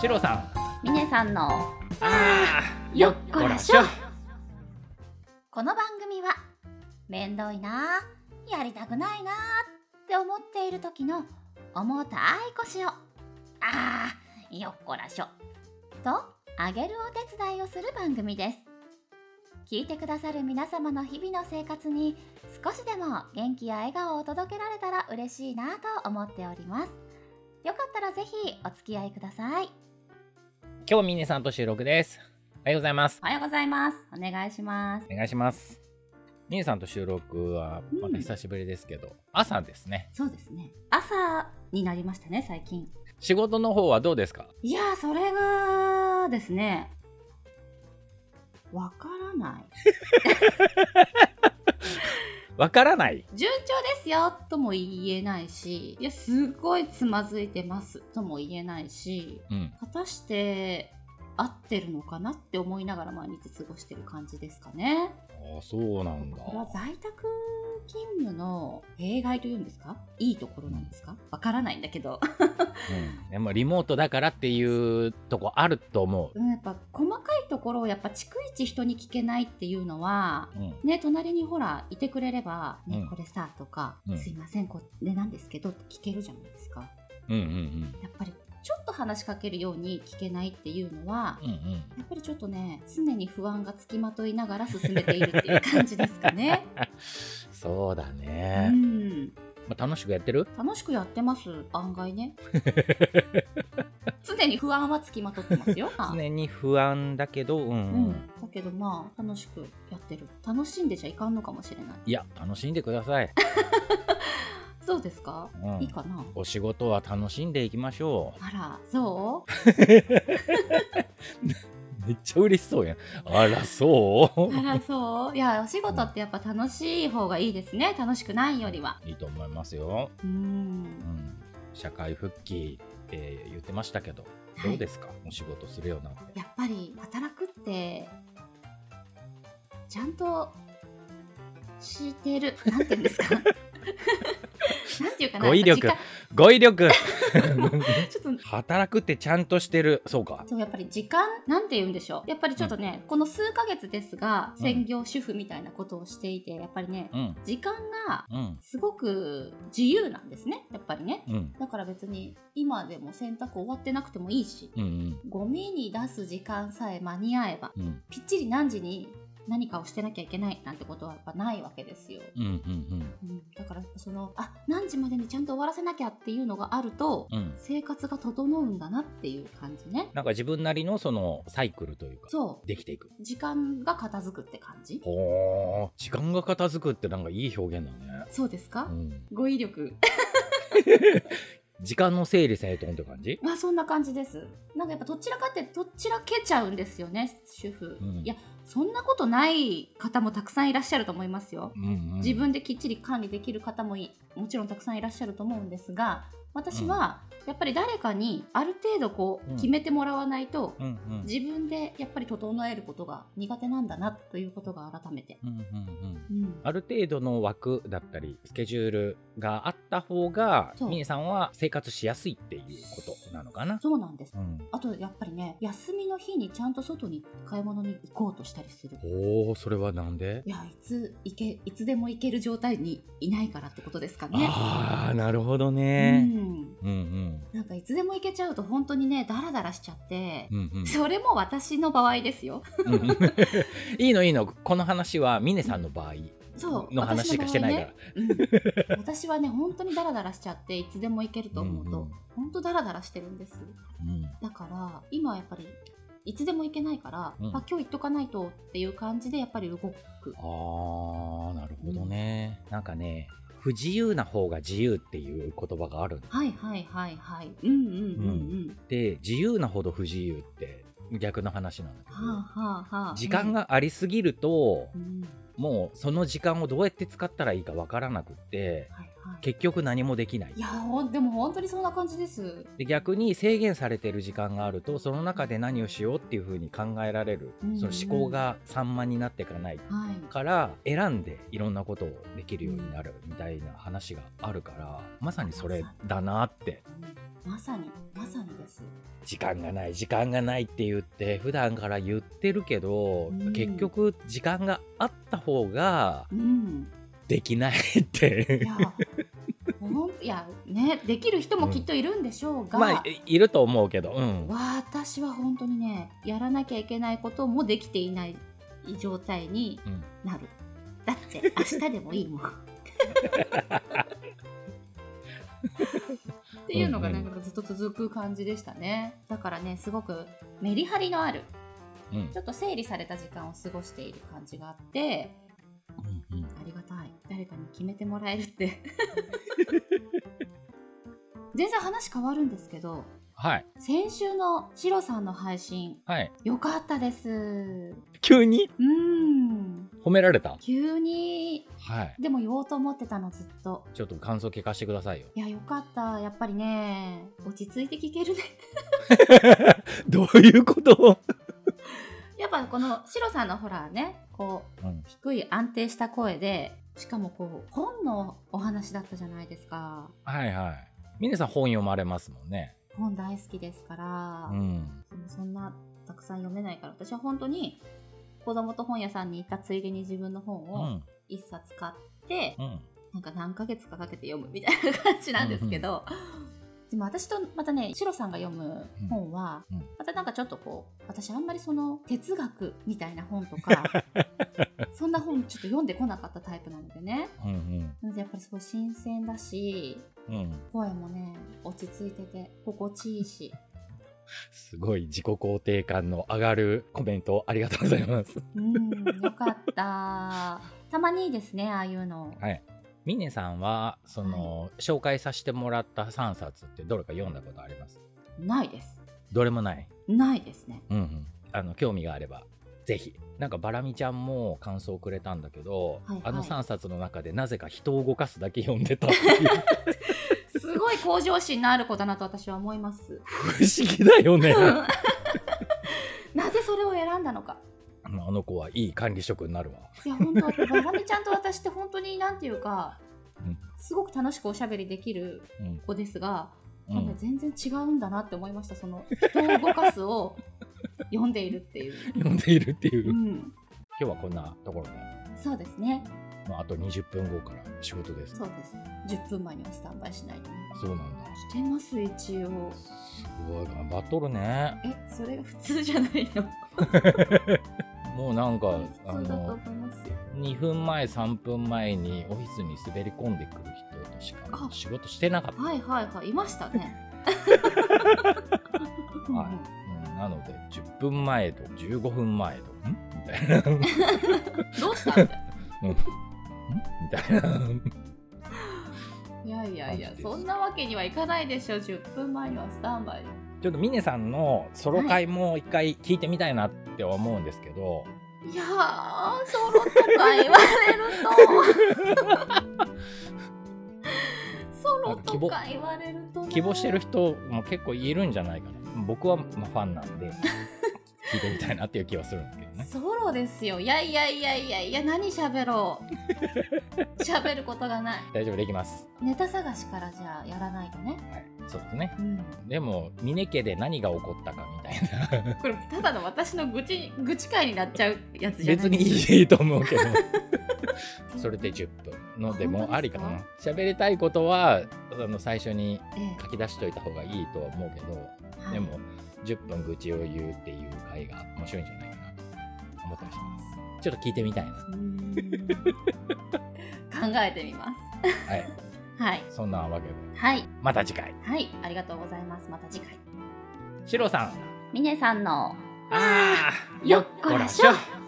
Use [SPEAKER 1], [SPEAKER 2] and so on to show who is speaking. [SPEAKER 1] シロさん
[SPEAKER 2] ミネさんの
[SPEAKER 1] あー
[SPEAKER 2] よっこらしょ
[SPEAKER 1] よっ
[SPEAKER 2] この番組はめんどいなあやりたくないなあって思っている時の重たい腰をあーよっこらしょとあげるお手伝いをする番組です聞いてくださる皆様の日々の生活に少しでも元気や笑顔を届けられたら嬉しいなあと思っておりますよかったらぜひお付き合いください
[SPEAKER 1] 今日ミネさんと収録ですおはようございます
[SPEAKER 2] おはようございますお願いします
[SPEAKER 1] お願いしますミネさんと収録はま
[SPEAKER 2] うん
[SPEAKER 1] た久しぶりですけど、朝ですね
[SPEAKER 2] そうですね朝になりましたね最近
[SPEAKER 1] 仕事の方はどうですか
[SPEAKER 2] いやーそれがですねわからない
[SPEAKER 1] わからない
[SPEAKER 2] 順調ですよとも言えないしいやすごいつまずいてますとも言えないし
[SPEAKER 1] うん
[SPEAKER 2] 果たして合ってるのかなって思いながら毎日過ごしてる感じですかね
[SPEAKER 1] あそうなんだ
[SPEAKER 2] これは在宅勤務の弊害というんですかいいところなんですかわからないんだけど
[SPEAKER 1] うん、でもリモートだからっていうとこあると思
[SPEAKER 2] うんやっぱ細かいところをやっぱ逐一人に聞けないっていうのは
[SPEAKER 1] う、うん、
[SPEAKER 2] ね、隣にほらいてくれれば「ね、
[SPEAKER 1] うん
[SPEAKER 2] これさ」とか「
[SPEAKER 1] うん
[SPEAKER 2] すいませんこれなんですけど」って聞けるじゃないですか
[SPEAKER 1] うんうん
[SPEAKER 2] やっぱりちょっと話しかけるように聞けないっていうのは
[SPEAKER 1] うんうんうん
[SPEAKER 2] やっぱりちょっとね常に不安がつきまといながら進めているっていう感じです かね、
[SPEAKER 1] そうだ
[SPEAKER 2] う
[SPEAKER 1] ね、
[SPEAKER 2] ん、
[SPEAKER 1] まあ、楽しくやってる
[SPEAKER 2] 楽しくやってます案 外ね常に不安はつきまとってます よ
[SPEAKER 1] 常に不安だけどうん、
[SPEAKER 2] う
[SPEAKER 1] うんん、、
[SPEAKER 2] だけどまあ楽しくやってる楽しんでちゃいかんのかもしれない
[SPEAKER 1] いや楽しんでください、
[SPEAKER 2] そうですか、
[SPEAKER 1] うん
[SPEAKER 2] いいかな
[SPEAKER 1] お仕事は楽しんでいきましょ
[SPEAKER 2] あらそう
[SPEAKER 1] うめっちゃ嬉しそうやんあらそう
[SPEAKER 2] あらそういやお仕事ってやっぱ楽しい方がいいですね楽しくないよりはい
[SPEAKER 1] いと思いますよ、
[SPEAKER 2] うー
[SPEAKER 1] うんん、社会復帰って言ってましたけどどうですか、お仕事するようになって
[SPEAKER 2] やっぱり働くってちゃんとしてるなんて言うんです かなんて言うかな
[SPEAKER 1] 語彙力
[SPEAKER 2] やっぱ
[SPEAKER 1] 語彙力
[SPEAKER 2] 時間ちょっと
[SPEAKER 1] 働くってちゃんとしてるそうか
[SPEAKER 2] そうやっぱり時間なんて言うんでしょうやっぱりちょっとね、この数ヶ月ですが
[SPEAKER 1] うん
[SPEAKER 2] 専業主婦みたいなことをしていてやっぱりね
[SPEAKER 1] うん
[SPEAKER 2] 時間が
[SPEAKER 1] うん
[SPEAKER 2] すごく自由なんですねやっぱりね
[SPEAKER 1] うん
[SPEAKER 2] だから別に今でも洗濯終わってなくてもいいし
[SPEAKER 1] うんうん
[SPEAKER 2] ゴミに出す時間さえ間に合えば
[SPEAKER 1] うん
[SPEAKER 2] ぴっちり何時に何かをしてなきゃいけないなんてことはやっぱないわけですよ、
[SPEAKER 1] うんうん
[SPEAKER 2] うん、だからそのあ何時までにちゃんと終わらせなきゃっていうのがあると
[SPEAKER 1] うんうん
[SPEAKER 2] 生活が整うんだなっていう感じね
[SPEAKER 1] なんか自分なりのそのサイクルというか
[SPEAKER 2] そ
[SPEAKER 1] できていく
[SPEAKER 2] う時間が片付くって感じ
[SPEAKER 1] ほー時間が片付くってなんかいい表現だね
[SPEAKER 2] そうですか、
[SPEAKER 1] うん
[SPEAKER 2] 語彙力
[SPEAKER 1] 時間の整理整頓って感じ
[SPEAKER 2] まあそんな感じですなんかやっぱどちらかってどちらけちゃうんですよね主婦、
[SPEAKER 1] うん
[SPEAKER 2] いやそんなことない方もたくさんいらっしゃると思いますよ
[SPEAKER 1] うんうん
[SPEAKER 2] 自分できっちり管理できる方もいもちろんたくさんいらっしゃると思うんですが私はやっぱり誰かにある程度こ
[SPEAKER 1] う
[SPEAKER 2] うん決めてもらわないと、
[SPEAKER 1] うんうん
[SPEAKER 2] 自分でやっぱり整えることが苦手なんだなということが改めて、
[SPEAKER 1] うんうんうん
[SPEAKER 2] うん、
[SPEAKER 1] ある程度の枠だったりスケジュールがあった方が
[SPEAKER 2] そう
[SPEAKER 1] ミネさんは生活しやすいっていうことなのかな
[SPEAKER 2] そうなんです
[SPEAKER 1] うん
[SPEAKER 2] あとやっぱりね休みの日にちゃんと外に買い物に行こうとしたりする
[SPEAKER 1] おおそれはなんで
[SPEAKER 2] いやいつ行けいつでも行ける状態にいないからってことですかね
[SPEAKER 1] ああなるほど
[SPEAKER 2] う
[SPEAKER 1] ね
[SPEAKER 2] ん
[SPEAKER 1] うんうん
[SPEAKER 2] なんかいつでも行けちゃうと本当にねダラダラしちゃって
[SPEAKER 1] う、んうん
[SPEAKER 2] それも私の場合ですよ
[SPEAKER 1] うん いいのいいのこの話は峰さんの場合
[SPEAKER 2] そう
[SPEAKER 1] の話しかしてないから。
[SPEAKER 2] ら、うん、私はね本当にダラダラしちゃっていつでも行けると思うと、
[SPEAKER 1] うんうん
[SPEAKER 2] 本当ダラダラしてるんです
[SPEAKER 1] うん
[SPEAKER 2] だから今はやっぱりいつでも行けないから、
[SPEAKER 1] うん
[SPEAKER 2] あ今日行っとかないとっていう感じでやっぱり動く
[SPEAKER 1] あーなるほどね、なんかね不自由な方が自由っていう言葉があるん
[SPEAKER 2] はいはいはいはいうんうんうんうん、
[SPEAKER 1] で自由なほど不自由って逆の話なんだけど、
[SPEAKER 2] はあはあはあ
[SPEAKER 1] 時間、がありすぎると
[SPEAKER 2] う、んうん
[SPEAKER 1] もうその時間をどうやって使ったらいいかわからなくって
[SPEAKER 2] はいはい
[SPEAKER 1] 結局何もできない
[SPEAKER 2] いやほんでも本当にそんな感じです。
[SPEAKER 1] で逆に制限されてる時間があるとその中で何をしようっていうふうに考えられる、
[SPEAKER 2] うん
[SPEAKER 1] その思考が散漫になっていかない
[SPEAKER 2] はい。
[SPEAKER 1] から選んでいろんなことをできるようになるみたいな話があるからまさにそれだなって
[SPEAKER 2] うんまさにまさにです。
[SPEAKER 1] 時間がない時間がないって言って普段から言ってるけど、
[SPEAKER 2] うん
[SPEAKER 1] 結局時間があった方が
[SPEAKER 2] うん。
[SPEAKER 1] できないっ
[SPEAKER 2] い
[SPEAKER 1] て
[SPEAKER 2] やほんいやねできる人もきっといるんでしょうが。
[SPEAKER 1] まあいいると思うけどうん
[SPEAKER 2] 私は本当にねやらなきゃいけないこともできていない状態に
[SPEAKER 1] うん
[SPEAKER 2] なる、だって明日でもい いもんっていうのがなんかずっと続く感じでしたねだからねすごくメリハリのある
[SPEAKER 1] うん
[SPEAKER 2] ちょっと整理された時間を過ごしている感じがあって
[SPEAKER 1] うんうん
[SPEAKER 2] ありがたい誰かに決めてもらえるって 全然話変わるんですけど
[SPEAKER 1] はい
[SPEAKER 2] 先週のシロさんの配信
[SPEAKER 1] はい
[SPEAKER 2] よかったです。う
[SPEAKER 1] 急に
[SPEAKER 2] ーん。
[SPEAKER 1] 褒められた
[SPEAKER 2] 急に、
[SPEAKER 1] はい
[SPEAKER 2] でも言おうと思ってたのずっと。
[SPEAKER 1] ちょっと感想聞かせてくださいよ
[SPEAKER 2] いや、よかった。やっぱりね、落ち着いて聞けるね。
[SPEAKER 1] どういうこと、
[SPEAKER 2] やっぱこのシロさんのほらね、こう、
[SPEAKER 1] うん、
[SPEAKER 2] 低い安定した声で、しかもこう、本のお話だったじゃないですか。
[SPEAKER 1] はいはい峰さん本読まれますもんね
[SPEAKER 2] 本大好きですから、
[SPEAKER 1] うん
[SPEAKER 2] でもそんなたくさん読めないから、私は本当に子供と本屋さんに行ったついでに自分の
[SPEAKER 1] う
[SPEAKER 2] 本を
[SPEAKER 1] ん
[SPEAKER 2] 一冊買って、
[SPEAKER 1] うん
[SPEAKER 2] なんか何ヶ月かかけて読むみたいな感じなんですけど、でも私とまたねシロさんが読む本は、
[SPEAKER 1] うんうん
[SPEAKER 2] またなんかちょっとこう私あんまりその哲学みたいな本と かそんな本ちょっと読んでこなかったタイプなのでね
[SPEAKER 1] うん
[SPEAKER 2] なのでやっぱりすごい新鮮だし
[SPEAKER 1] うんうん
[SPEAKER 2] 声もね落ち着いてて心地いいし
[SPEAKER 1] すごい自己肯定感の上がるコメントありがとうございます
[SPEAKER 2] うんよかったたまにいいですねああいうの、
[SPEAKER 1] はい。ミネさんはその、紹介させてもらった3冊ってどれか読んだことあります
[SPEAKER 2] ないです
[SPEAKER 1] どれもない。
[SPEAKER 2] ないですね
[SPEAKER 1] うん、うん。あの興味があればぜひ。なんかバラミちゃんも感想をくれたんだけど、
[SPEAKER 2] はいはい
[SPEAKER 1] あの3冊の中でなぜか人を動かすだけ読んでたっていう
[SPEAKER 2] すごい向上心のある子だなと私は思います
[SPEAKER 1] 不思議だよ ね。
[SPEAKER 2] うんなぜそれを選んだのか
[SPEAKER 1] あのあの子はいい管理職になるわ。
[SPEAKER 2] いや本当バラミちゃんと私って本当になんていうか、
[SPEAKER 1] うん
[SPEAKER 2] すごく楽しくおしゃべりできる
[SPEAKER 1] うん。
[SPEAKER 2] 子ですが、
[SPEAKER 1] う
[SPEAKER 2] なんか
[SPEAKER 1] ん、
[SPEAKER 2] 全然違うんだなって思いましたその「人を動かす」を読んでいるっていう、
[SPEAKER 1] 読んでいるっていう。
[SPEAKER 2] う
[SPEAKER 1] 今
[SPEAKER 2] ん、
[SPEAKER 1] 日はこんなところで、
[SPEAKER 2] そうですね
[SPEAKER 1] まあ、あと20分後から仕事です。
[SPEAKER 2] そうです10分前にはスタンバイしないとね
[SPEAKER 1] そうなんだ。
[SPEAKER 2] してます一応
[SPEAKER 1] すごい頑張っとるね。
[SPEAKER 2] えそれが普通じゃないの
[SPEAKER 1] もうなんかあ
[SPEAKER 2] 普通だと
[SPEAKER 1] の
[SPEAKER 2] 思いますよ
[SPEAKER 1] 2分前3分前にオフィスに滑り込んでくる人としか
[SPEAKER 2] あ
[SPEAKER 1] 仕事してなかった、
[SPEAKER 2] はいはいはいいましたねうんう
[SPEAKER 1] う
[SPEAKER 2] ん
[SPEAKER 1] んなので10分前と15分前とんみたいなうん
[SPEAKER 2] どうしたみたいな
[SPEAKER 1] みたいない
[SPEAKER 2] やいやいや
[SPEAKER 1] マジ、です
[SPEAKER 2] そんなわけにはいかないでしょ、10分前にはスタンバイ。
[SPEAKER 1] ちょっと峰さんのソロ会も一回聞いてみたいなって思うんですけど、
[SPEAKER 2] いやー、ソロとか言われる と。ソロとか言われるとな。
[SPEAKER 1] 希望してる人も結構いるんじゃないかな僕はまあファンなんで聞いてみたいなっていう気はするんですけどね
[SPEAKER 2] ソロですよ。いやいやいやいやいや、何喋ろ う。喋ることがない。
[SPEAKER 1] 大丈夫できます
[SPEAKER 2] ネタ探しからじゃあやらないとね。
[SPEAKER 1] はいそうですね
[SPEAKER 2] うん。
[SPEAKER 1] でも峰家で何が起こったかみたいな
[SPEAKER 2] これ、ただの私の愚痴、愚痴会になっちゃうやつじゃな
[SPEAKER 1] 別
[SPEAKER 2] い
[SPEAKER 1] に
[SPEAKER 2] です
[SPEAKER 1] いいと思うけどそれで10分ので
[SPEAKER 2] 本当です
[SPEAKER 1] も
[SPEAKER 2] か
[SPEAKER 1] ありかな喋りたいことはあの最初に
[SPEAKER 2] ええ
[SPEAKER 1] 書き出しといた方がいいとは思うけど、
[SPEAKER 2] はい
[SPEAKER 1] でも10分愚痴を言うっていう回が面白いんじゃないかなと思ったりしますちょっと聞いてみたいな
[SPEAKER 2] うーん考えてみま
[SPEAKER 1] はい
[SPEAKER 2] す。はい。
[SPEAKER 1] そんなわけで
[SPEAKER 2] はい。
[SPEAKER 1] また次回
[SPEAKER 2] はい。ありがとうございます。また次回。
[SPEAKER 1] シロさん
[SPEAKER 2] ミネさんの
[SPEAKER 1] あー
[SPEAKER 2] よっこらしょ
[SPEAKER 1] よっこ